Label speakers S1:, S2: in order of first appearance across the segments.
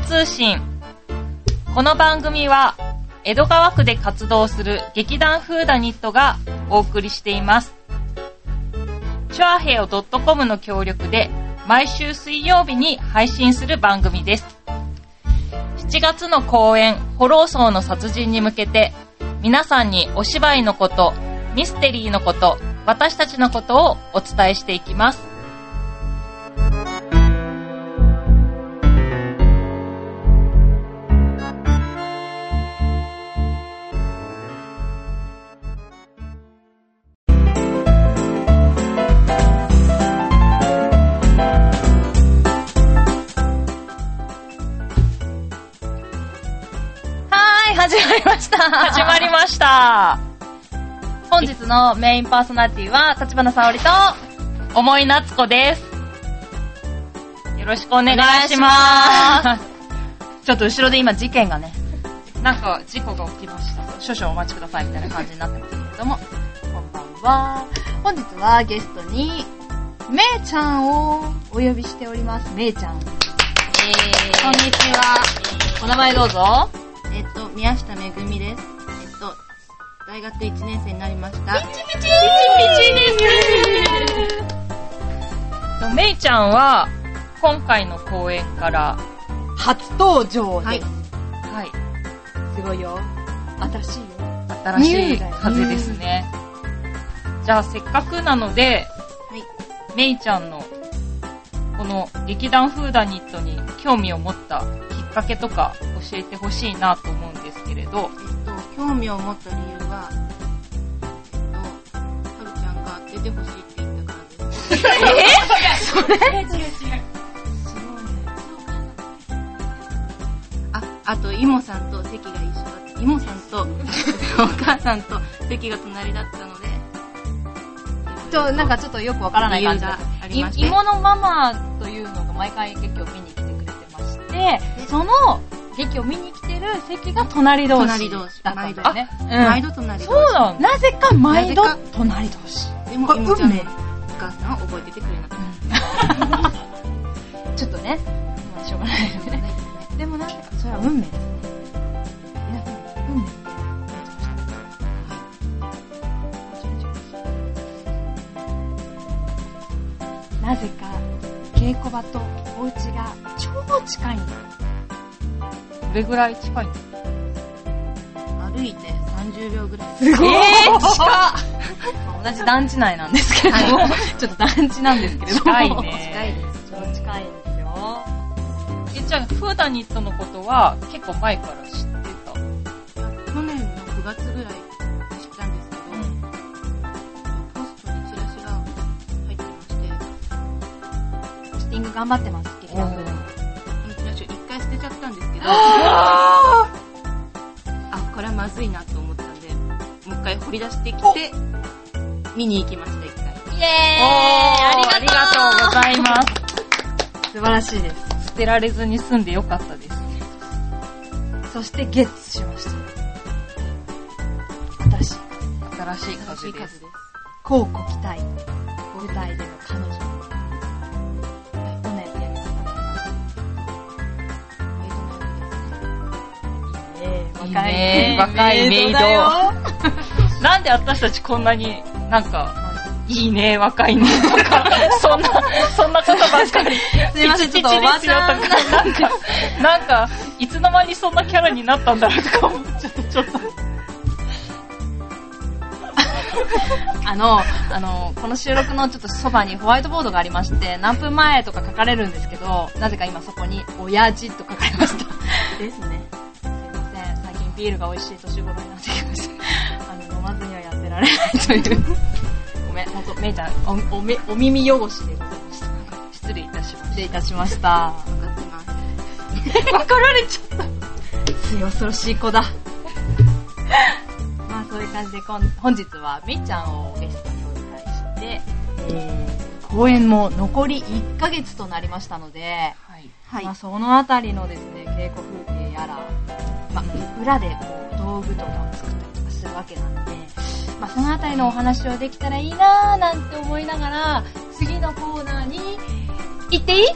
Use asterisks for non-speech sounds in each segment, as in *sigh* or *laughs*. S1: 通信。この番組は、江戸川区で活動する劇団フーダニットがお送りしています。チョアヘオ .com の協力で、毎週水曜日に配信する番組です。7月の公演、ホローソーの殺人に向けて、皆さんにお芝居のこと、ミステリーのこと、私たちのことをお伝えしていきます。
S2: はーい、始まりました。
S1: 始まりました。
S2: 本日のメインパーソナリティは、立花沙織と、
S1: 重い夏子です。よろしくお願いし
S2: お
S1: ま
S2: 願いし *laughs* ちょっと後ろで今事件がね、
S1: す。なんか事故が起きました。
S2: 少々お待ちくださいみたいな感じになってますけれども、こんばんは。本日はゲストに、めいちゃんをお呼びしております。めいちゃん。こん
S1: え
S2: にちは。お名前どうぞ。
S3: えっと、宮下めぐみです。えっと、大学1年生になりました。
S1: ーと、めいちゃんは、今回の公演から、
S2: 初登場で、
S3: はい
S1: はい、
S2: すごいよ。新しいよ。
S1: 新し
S2: ニュ
S1: い
S2: ーだよ
S1: 風ですね。じゃあ、せっかくなので、
S3: はい。
S1: めいちゃんの、この劇団フーダニットに興味を持ったきっかけとか教えてほしいなと思うんですけれど、
S3: えっと、興味を持った理由は、えっと、はるちゃんが出てほしいって言ったからです。あ、あと、イモさんと席が一緒だった。イモさん *laughs* と、お母さんと席が隣だったので、
S2: と、なんかちょっとよくわからない感じだった
S3: 理由がありまして
S2: 芋のママというのが毎回劇を見に来てくれてまして、その劇を見に来てる席が隣同士
S3: 隣同士
S2: だったんだよね。
S3: 毎
S2: うん
S3: 度隣で。
S1: そうなんだ。
S2: なぜか毎度
S3: なぜ
S2: 隣同士。
S3: でも、イモちゃんのお母さんは覚えててくれなかっ
S2: ちょっとね、まあしょうがないよ
S3: た。
S2: ね。でもなんか、それは運命ですね。いや、運命。なぜか、稽古場とお家が超近いんだよ
S1: どれぐらい近いの
S3: 歩いて30秒ぐらい。
S2: すごい、
S1: えー
S2: 近っ同じ団地内なんですけれども、 *laughs* ちょっと団地なんですけれども。
S1: 近いね。
S3: 近いです。
S2: 超近いんですよ。
S1: え、じゃあ、フーダニットのことは結構前から知ってた。
S3: 去年の9月ぐらい知ったんですけど、ポストにチラシが入ってまして、
S2: ポスティング頑張ってます、劇団風で。
S3: このチラシを一回捨てちゃったんですけど、
S1: あ
S3: あ、これはまずいなと思ったんで、もう一回掘り出してきて、見に行きました、一回。
S2: イエーイ
S1: ありがとうございます。
S2: 素晴らしいです。
S1: 捨てられずに済んでよかったです。
S2: そしてゲッツしました。私、
S1: 新しい
S3: 楽し
S1: 風
S3: い数
S1: で。
S3: ですす。
S2: 高校期待。舞台での彼女。はい、どんな役やりましたか
S1: 若いね若いメイド
S2: だよ
S1: なんで私たちこんなになんか、いいね、若いね、とか、そんな、そんなことばっかり。
S2: すいません、ちょっとおばちゃん
S1: いちいちですよとかなんか、なんか、いつの間にそんなキャラになったんだろうとか思っちゃったちょっと。
S2: あの、あの、この収録のちょっとそばにホワイトボードがありまして、何分前とか書かれるんですけど、なぜか今そこに、親父と書かれました。すい
S3: ですね。
S2: ません、最近ビールが美味しい年頃になってきました。あの、飲まずにはやってられないという。ごめん、ほんと、めいちゃん、お、おめ、お耳汚しでございました。
S1: 失礼いたしま
S2: 失礼いたし
S1: *laughs*
S2: ました。
S3: 分かってます。
S2: わかられちゃった。強恐ろしい子だ。まあそういう感じで、こん本日はめいちゃんをゲストにお迎えして、えー、公演も残り1ヶ月となりましたので、
S1: はい。
S3: はい
S2: まあ、。そのあたりのですね、稽古風景やら、まあ、裏でこう道具とかを作ったりとかするわけなんで、まあ、そのあたりのお話をできたらいいなぁなんて思いながら、次のコーナーに行っていい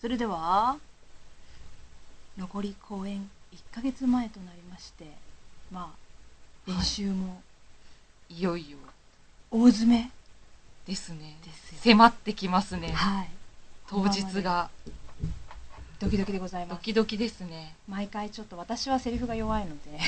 S2: それでは残り公演1ヶ月前となりましてまあ練習も
S1: いよいよ
S2: 大詰め
S1: ですね。
S2: ですよ、
S1: 迫ってきますね。
S2: はい
S1: 当日が
S2: ドキドキでござい
S1: ド
S2: ます
S1: キドキですね。
S2: 毎回ちょっと私はセリフが弱いの
S3: *laughs*
S2: で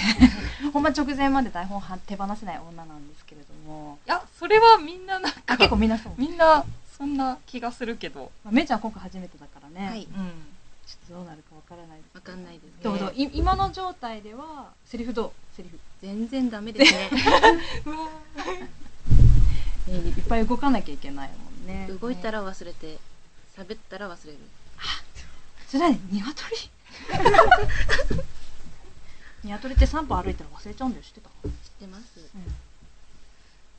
S2: ほんま直前まで台本は手放せない女なんですけれど
S3: *laughs*
S2: も
S1: いや、それはみんななんか、
S2: 結構皆さん、ま
S1: みんなそんな気がするけど。
S2: あ、めいちゃん今回初めてだからね、
S3: はい
S1: うん。
S2: ちょっとどうなるかわからないです
S3: わかんないですね
S2: どうどうい今の状態ではセリフどうセリフ
S3: 全然ダメですね
S2: えーいっぱい動かなきゃいけないもんね
S3: 動いたら忘れて喋ったら忘れる
S2: それはね鶏
S3: *laughs*
S2: 鶏って3歩歩いたら忘れちゃうんだよ知ってた、
S3: 知ってます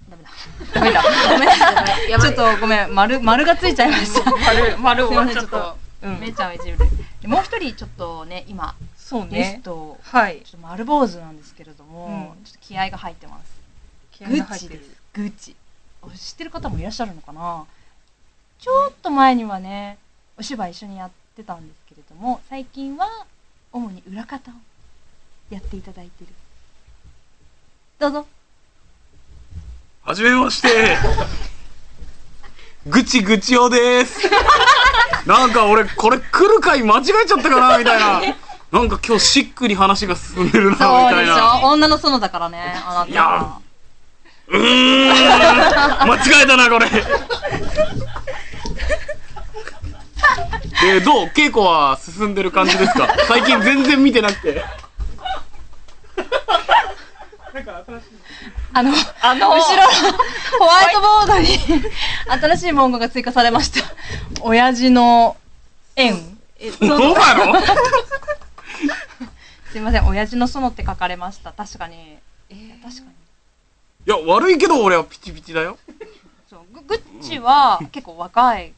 S2: ダメだ
S1: ダメだ。
S3: やば
S2: ちょ
S3: い
S2: っとごめん丸丸がついちゃいました
S1: 丸、丸
S2: すいま
S1: は
S2: せん
S1: ちょっ
S2: ちょっ
S1: と。う
S2: めい
S1: ん。
S2: ちゃんは一部でもう一人ちょっとね今
S1: そう
S2: ゲス
S1: ね。
S2: トを
S1: はい。
S2: ちょっと丸坊主なんですけれども、
S1: うん
S2: ちょっと気合が入ってます
S1: 気合
S2: グ
S1: が
S2: ッ
S1: 入っ
S2: チ
S1: て
S2: で
S1: る
S2: すグッチ知ってる方もいらっしゃるのかなちょっと前にはねお芝居一緒にやってたんですけれども最近は主に裏方をやっていただいてるどうぞ
S4: はじめまして。ぐちぐちおです。なんか俺、これ来る回間違えちゃったかなみたいな。なんか今日しっくり話が進んでるな、み
S2: そう
S4: た
S2: で
S4: い
S2: し
S4: な。
S2: ょ女の園だからねあ
S4: い
S2: なた
S4: や
S2: は
S4: うーん。間違えたな、これ。で、どう稽古は進んでる感じですか最近全然見てなくて。
S2: あの
S1: あの、
S2: 後ろのホワイトボードに新しい文言が追加されました親父の縁
S3: え
S4: どう
S3: そう
S4: なの
S2: すいません親父の園って書かれました確かに
S1: えー
S2: 確かに
S4: いや、悪いけど俺はピチピチだよ。
S2: そうググッチは結構若い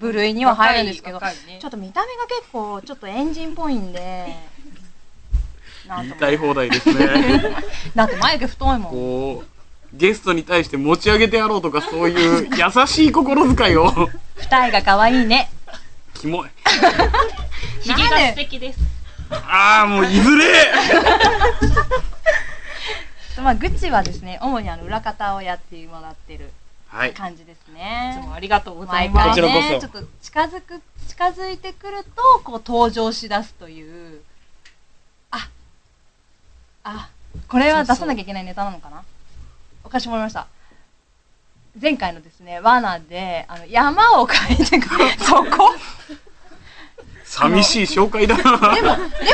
S2: 部類には入るんですけど、
S1: 若い若いね
S2: ちょっと見た目が結構ちょっとエンジンっぽいんでなん
S4: 言い
S2: と
S4: たい
S2: も
S4: 放題ですね。
S2: だって眉毛太いもん
S4: こう、ゲストに対して持ち上げてやろうとか、そう
S2: *laughs*
S4: いう優しい心遣いを、
S2: 二重が可愛いね
S4: キモい。
S1: ひげが素敵です。
S4: ああ、もういずれ
S2: まあグッチはですね主にあの裏方をやってもらってる
S4: はい。
S2: 感じです
S1: いつも
S2: ね
S1: ありがとうござい
S2: 毎
S1: ま
S2: 回
S4: こ
S1: す
S4: ち。らこ
S2: ね
S4: そ
S2: ちょっと近づく近づいてくるとこう登場しだすというああこれは出さなきゃいけないネタなのかなお貸してもらいました前回のですね罠であの山を描いてく *laughs* るそこ
S4: 寂しい紹介だ
S2: で
S4: な。
S2: もで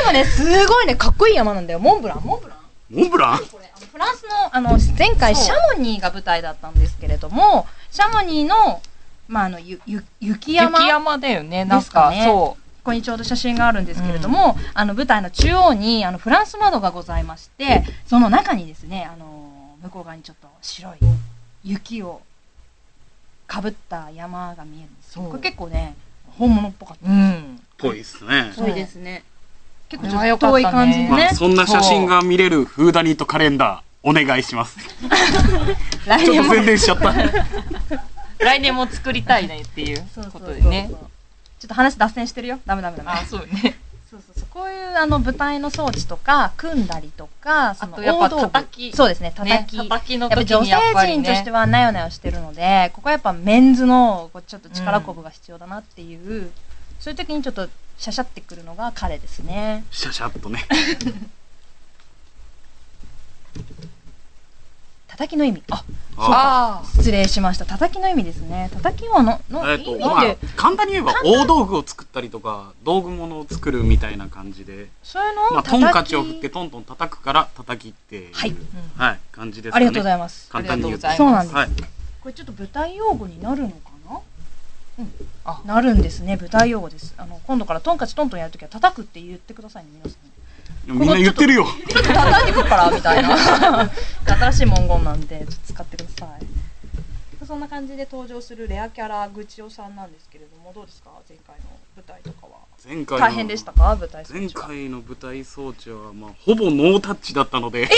S2: もねすごいねかっこいい山なんだよモンブランモンブラン
S4: モンブラン
S2: これあのフランスのあの前回シャモニーが舞台だったんですけれどもシャモニーの,、まあ、あのゆゆ雪山
S1: 雪山だよね、なんか、
S2: ですかね
S1: そ
S2: ここにちょうど写真があるんですけれども、あの舞台の中央にあのフランス窓がございましてその中にですねあの向こう側にちょっと白い雪をかぶった山が見えるんです
S1: そう
S2: これ結構ね本物っぽかった
S1: う。うん。
S4: ぽいっすね。
S2: そうです
S3: ね
S2: 結構ち
S1: これは
S2: ょ
S1: 良
S2: っと
S1: かっ
S2: 遠い
S1: たね
S2: 感じでね、
S4: まあ、そんな写真が見れるフーダニットカレンダー、お願いします。
S2: *laughs* 来
S4: ち
S2: 年
S4: ょっと
S2: も
S4: 宣伝しちゃった。
S1: 来年も作りたいねっていう
S2: そうそうそう
S1: ことでね。
S2: ちょっと話脱線してるよダメダメダメ
S1: あ、そうね。
S2: そうそうそうこういうあの舞台の装置とか組んだりとかその
S1: あとやっぱ
S2: 大道具
S1: 叩き
S2: そうですね叩
S1: ね
S2: き、
S1: 叩きの
S2: やっぱ
S1: 時
S2: 女
S1: にやっぱ
S2: 性
S1: り
S2: 陣とし
S1: ね。
S2: てはなよなよしてるので、ここはやっぱメンズのこうちょっと力こぶが必要だなっていう、そういう時にちょっとシャシャってくるのが彼ですね。
S4: シャシャっとね。
S2: 叩きの意味。あ、
S4: あ
S1: あ
S2: 失礼しました。叩きの意味ですね。叩きはの、
S4: あ
S2: の意
S4: えっ
S2: 味
S4: と、
S2: で、
S4: まあ、簡単に言えば大道具を作ったりとか、道具物を作るみたいな感じで、
S2: そういうのを
S4: まあ、
S2: 叩き、
S4: トンカチを振ってトントン叩くから叩きっていう、
S2: はい
S1: うん
S4: はい、感じです
S2: あ
S4: か
S2: り
S4: ね。
S2: がとうございます。
S4: 簡単に言うと。
S1: ありがと
S2: そうなんです。
S4: はい。
S2: これちょっと舞台用語になるのかな
S1: あ
S2: なるんですね。舞台用語です。あの、今度からトンカチトントンやるときは叩くって言ってくださいね、皆さん。
S4: みんな言ってるよ。
S2: 叩いてくからみたいな *laughs* 新しい文言なんでちょっと使ってくださいそんな感じで登場するレアキャラグチオさんなんですけれどもどうですか前回の舞台とかは
S4: 前回の
S2: 大変でしたか舞台装
S4: 前
S2: 置は
S4: 回の舞台装置は、まあ、ほぼノータッチだったので、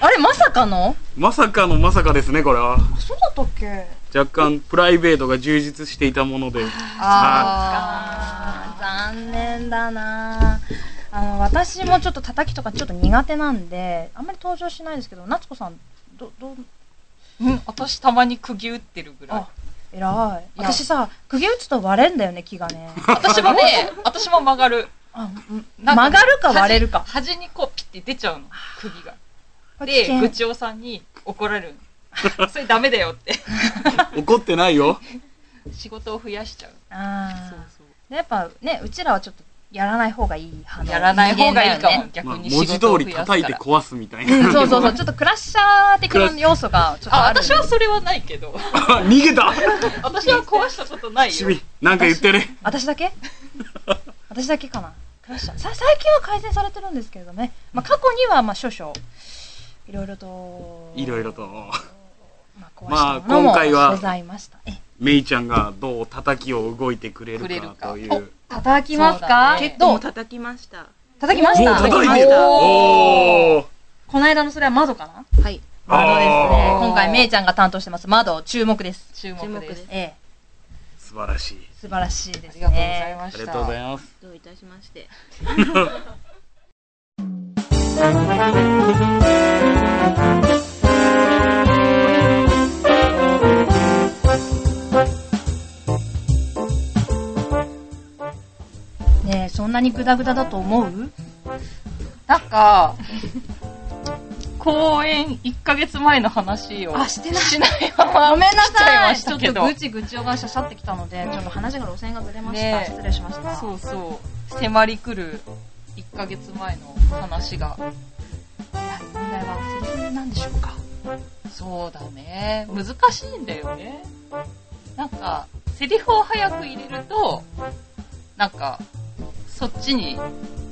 S2: あれまさかの
S4: まさかのまさかですね、これは。
S2: あそうだったっけ
S4: 若干、プライベートが充実していたもので。
S2: ああ残念だなあの私もちょっと叩きとかちょっと苦手なんであんまり登場しないですけど夏子さんどどう
S5: うん、私たまに釘打ってるぐらい
S2: あ。偉い
S5: いや
S2: 私さ釘打つと割れんだよね木が *laughs* ね
S5: 私もね、私も曲がる。
S2: あうん
S5: なん
S2: 曲がるか割れるか
S5: 端にこうピッて出ちゃうの、釘が。
S2: これ危
S5: で、
S2: 険
S5: 愚痴さんに怒られるの。 *laughs* それダメだよって。
S4: 怒ってないよ。
S5: 仕事を増やしちゃう。
S2: あ
S5: そう
S2: ー
S5: そう。
S2: でやっぱねうちらはちょっとやらない方がいい派の
S5: やらない方がいいかも、
S4: *laughs*
S5: 逆
S4: まあ、
S5: に
S4: 文字
S5: 仕事
S4: 通
S5: を増
S4: り
S5: やす
S4: 叩
S5: か
S4: いて
S5: ら。
S4: 壊すみたい
S2: 人間
S4: な。
S2: うんそうそうそうちょっとクラッシャー的な要素がちょっと
S5: あ、
S2: ある
S5: 私はそれはないけど。
S4: あ、 *laughs* 逃げた
S5: 私は壊したことない
S4: シ
S5: よ。
S4: ミ、なんか言ってね。
S2: 私
S4: *laughs*
S2: だけ私だけかなクラッシャーさ最近は改善されてるんですけれどね、まあ、過去にはまあ少々いろいろと
S4: いろいろと。
S2: まあ壊したもの
S4: ま
S2: も
S4: あ今回は
S2: ございましたえ
S4: メイちゃんがどう叩きを動いてくれる
S5: くれる
S4: か
S5: か
S4: という。
S2: 叩きます
S5: そうだ
S2: か、
S5: ね
S3: 結
S2: ど
S3: 構
S2: う
S3: 叩きました。
S2: 叩きまし
S4: もう
S2: た
S4: 叩い
S3: ま
S4: て
S3: し
S4: る
S3: た
S4: おー
S2: この間のそれは窓かな
S3: はい。
S2: 窓ですね
S4: あ
S5: ー
S2: 今回めいちゃんが担当してます窓注目です
S5: 注目
S3: 注目
S5: で
S3: ですす。
S2: ええ
S4: 素晴らしい。
S2: 素晴らしいで
S5: あ
S2: す
S5: り
S2: ね
S5: がとうございま
S4: あ
S5: した。
S4: りがとうございます。
S3: どういたしまして。
S2: ねえそんなにグダグダだと思う
S5: なんか、公演1ヶ月前の話を
S2: あしてない
S5: しないまま
S2: ごめんな
S5: 来ちゃい
S2: さ
S5: ま
S2: い。
S5: し
S2: ちょ
S5: た
S2: っ
S5: け
S2: と
S5: ど
S2: ぐ。ちぐちおがしゃしゃってきたので、ちょっと話が路線がずれました。
S5: ねえ
S2: 失礼しました。
S5: そうそう。迫り来る1ヶ月前の話が。
S2: いや問題はセリフなんでしょうか。
S5: そうだね。難しいんだよね。なんか、セリフを早く入れると、なんか、そっちに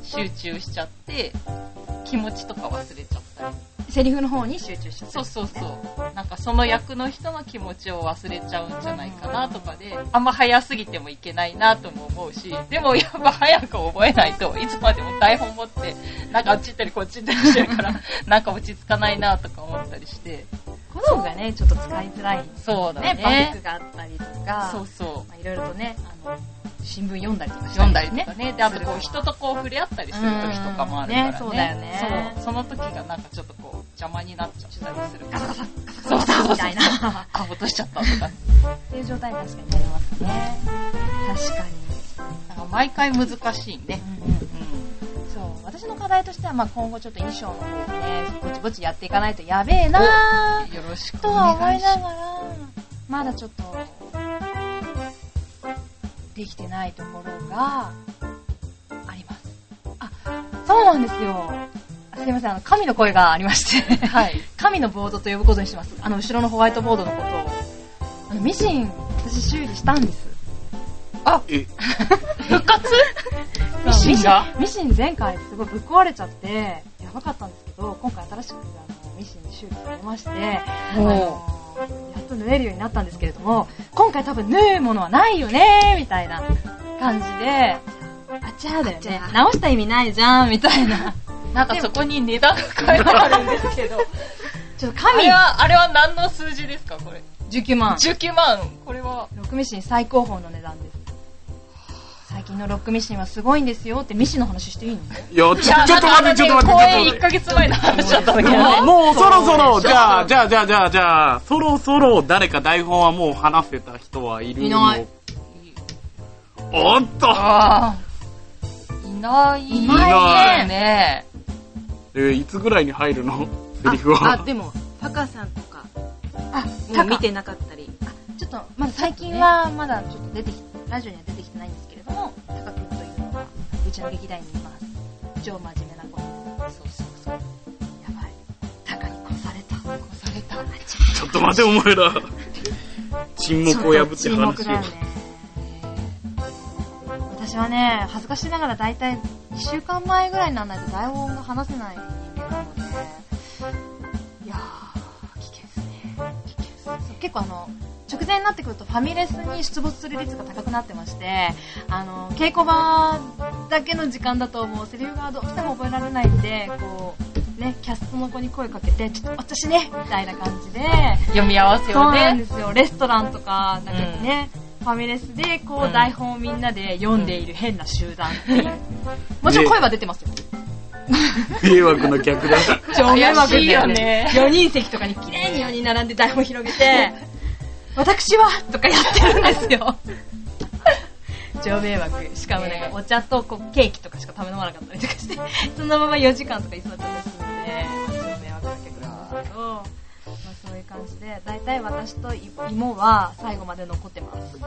S5: 集中しちゃって、気持ちとか忘れちゃったり。
S2: セリフの方に集中しちゃう。
S5: そうそうそう。なんかその役の人の気持ちを忘れちゃうんじゃないかなとかで、あんま早すぎてもいけないなとも思うし、でもやっぱ早く覚えないといつまでも台本持って、なんかあっち行ったりこっち行ったりしてるから、なんか落ち着かないなとか思ったりして。
S2: 小道具がね、ちょっと使いづらい。
S5: そうだ
S2: バッ
S5: ね。
S2: クがあったりとか、
S5: そうそ
S2: まあいろいろとね、あの、新聞読んだりとか
S5: う。
S2: し
S5: 読んだりとか
S2: ね。
S5: ね。で、あとこう人とこう触れ合ったりする時とかもあるか
S2: う
S5: らね。
S2: んねそうだよね
S5: そう。その時がなんかちょっとこう邪魔になっちゃったりするから。
S2: そうそうみたいな。っ
S5: あ、落としちゃったとか。
S2: ていう状態に確かになりますね。確かに。
S5: なんか毎回難しいね。うん
S2: そう私の課題としては、まあ、今後ちょっと衣装の方をねぼちぼちやっていかないとやべえな
S5: よろしく
S2: と
S5: お
S2: は思
S5: 願い
S2: い
S5: し
S2: な
S5: ま
S2: がらまだちょっとできてないところがありますあそうなんですよすいませんあの神の声がありまして
S5: す。はい。
S2: *laughs* 神のボードと呼ぶことにしてますあの後ろのホワイトボードのことをあのミシン私修理したんです
S4: え、
S2: ミ
S5: シンが
S2: ミシンミシン前回すごいぶっ壊れちゃって、やばかったんですけど、今回新しくあのミシンに修理されまして、あのやっと縫えるようになったんですけれども、今回多分縫うものはないよねみたいな感じで、あちゃーだよ
S3: あち
S2: ね
S3: ゃ。ー
S2: 直した意味ないじゃんみたいな。
S5: なんかそこに値段が書いてあるんですけど。
S2: ちょっと
S5: あ
S2: 神
S5: れは、あれは何の数字ですかこれ。
S2: 19万。
S5: 19万。これは。
S2: ロックミシン最高峰の値段です。最近のロックミシンはすごいんですよってミシンの話していいの
S4: いや、ちょ、ちょっと待って、ちょっと待
S5: 公
S4: って、ち
S5: 演
S4: ょっ
S5: 1
S4: と
S5: ヶ月前の話だったんだけどね。
S4: 待って。もうそろそろ、
S5: そうでしょ
S4: じゃあ、じゃあ、じゃあ、じゃあ、じゃあ、そろそろ誰か台本はもう話せた人はいるの
S3: いない
S4: おっと
S5: ああ。いない。
S4: いない
S5: ね。
S4: え、いつぐらいに入るのセリフ
S3: あ、あ
S4: は。
S3: でも、タカさんとか、
S2: あ、
S3: もう見てなかったり。
S2: ちょっと、まだ最近は、まだちょっと出てき、ラジオには出てきてないんですけれども、高くというのが、うちの劇団にいます。超真面目な子。
S5: そうそうそう。
S2: やばい。高に越された。
S5: こされた。
S4: ちょっと待て、お前ら。沈黙を破って
S2: 沈黙
S4: 話
S2: だよ
S4: を
S2: ね。。私はね、恥ずかしながら大体、1週間前ぐらいにならないと台本が話せない人間なので、いやー、危険ですね。危険ですね。そう結構あの、直前になってくるとファミレスに出没する率が高くなってまして、あの、稽古場だけの時間だともうセリフがどうしても覚えられないんで、こう、ね、キャストの子に声かけて、ちょっと私ね、みたいな感じで、
S1: 読み合わせ
S2: そう
S1: を
S2: なん
S1: ね
S2: で。すよ。レストランとか、なんかね、ファミレスで、こ
S1: うん
S2: う、台本をみんなで読んでいる変な集団っていう。もちろん声は出てますよ。
S4: 迷惑な客だ。
S2: 超迷惑
S1: 怪しい
S2: だ
S1: よ
S2: よ
S1: ね
S2: ね。4人席とかに綺麗に4人並んで台本広げ *laughs* て、私はとかやってるんです *laughs* よ。超迷惑。しかもなんかお茶とこうケーキとかしか食べ飲まなかったりとかして、そのまま4時間とか居座っちゃったりするんで、超迷惑な客なんですけど、まあそういう感じで、だいたい私と芋は最後まで残ってます。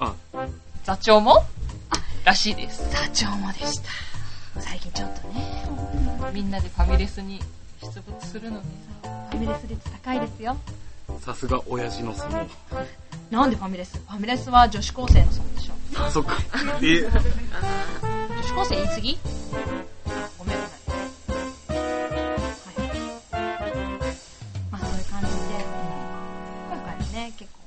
S4: あ、
S1: 座長もらしいです。
S2: 座長もでした。最近ちょっとね、
S1: みんなでファミレスに出没するのね。
S2: ファミレス率高いですよ。
S4: さすが親父のその。
S2: なんでファミレスファミレスは女子高生のそのでしょ。
S4: あ、そっか。え、
S2: 女子高生言い過ぎごめんなさい。はい。まあそういう感じで、今回はね、結構、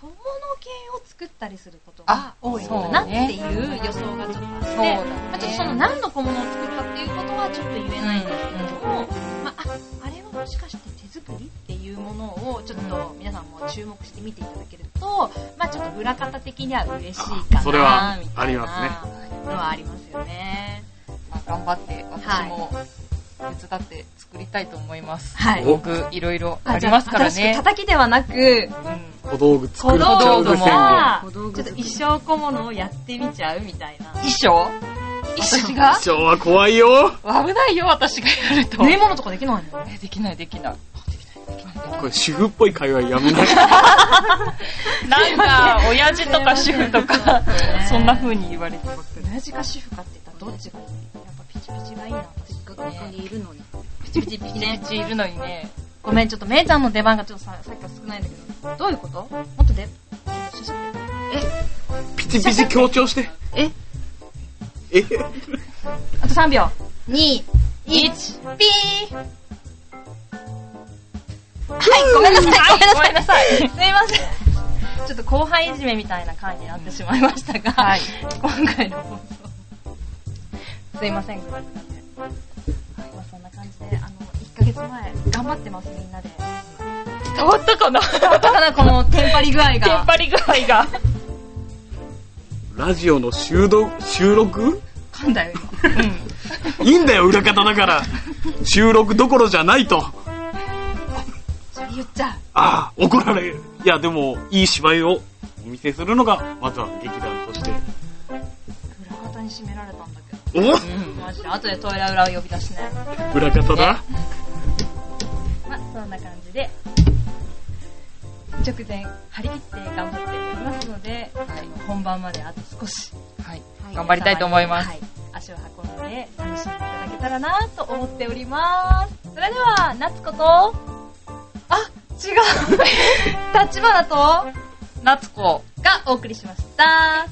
S2: 小物系を作ったりすることが多いのかな
S1: あ
S2: っ
S1: そう
S2: て
S1: ね
S2: いう予想がちょっとあって、
S1: そうだね
S2: まあ、ちょっとその何の小物を作ったっていうことはちょっと言えないんですけれども、まあ、ああれはもしかして手作りっていうものをちょっと皆さんも注目して見ていただけると、まあちょっと裏方的には嬉しいかなみたいな。
S4: それはありますね
S2: のはありますよね。
S1: まあ頑張って、私も手伝って作りたいと思います。
S2: はい。
S4: お
S1: 僕、いろいろありますから
S2: じゃ
S1: ね。
S2: あ新しく叩きではなく、
S1: うん
S4: 小道具作
S2: 小
S4: っちゃ
S2: 道
S4: う
S2: 具
S4: 宣
S1: 小道
S4: 言。
S2: か、ちょっと衣装小物をやってみちゃうみたいな。
S1: 衣装私が
S4: 今日は怖いよ。
S1: 危ないよ、私がやると。
S2: *laughs* 縫い物とかできないの
S1: えできない、できない。
S4: これ主婦っぽい会話や
S2: *laughs*
S4: めない。
S1: なん *laughs* か、親父とか主婦と
S2: *laughs*
S1: か、そんな風に言われてばっかり。
S2: 親父か主婦かって言ったらどっちがいいやっぱピチピチがいいな。せっか
S3: ここにいるのに。
S2: ピチピチピチね
S1: う。ちいるのにね、
S2: ごめん、ちょっとめいちゃんの出番がちょっとささっきから少ないんだけど。どういうこともっとで、シャシャって
S4: ピチピチ強調して。
S2: え
S4: え
S2: あと3秒。2、1、ピーはい、ごめんなさい、ごめんなさい
S1: ご。めんなさい。
S2: すいません。ちょっと後輩いじめみたいな回になってしまいましたが、
S1: はい。
S2: 今回の放送。すいません、ごめんなさい。はいまあそんな感じで、あの、1ヶ月前、頑張ってます、みんなで。
S1: 変わったかな
S2: だからこのテンパり具合
S1: テン
S2: が。
S1: パり具合が。
S4: ラジオの収録、収録
S2: 噛んだよ、今。
S4: いいんだよ、裏方だから。収録どころじゃないと。
S2: それ言っちゃう。
S4: ああ、怒られる。いや、でも、いい芝居をお見せするのが、まずは劇団として。
S2: 裏方に締められたんだけど。
S1: う
S4: お
S1: ん。
S2: マジで、後でトイレ裏を呼び出しね。
S4: 裏方だ。
S2: まあ、そんな感じで、直前、張り切って頑張っておりますので、本番まであと少し。
S1: はい。
S2: はい
S1: 頑張りたいと思います
S2: はい、足を運んで楽しんでいただけたらなと思っております。それでは、夏子と、あ、 *laughs* 違う、立花と、
S1: 夏子。
S2: がお送りしました。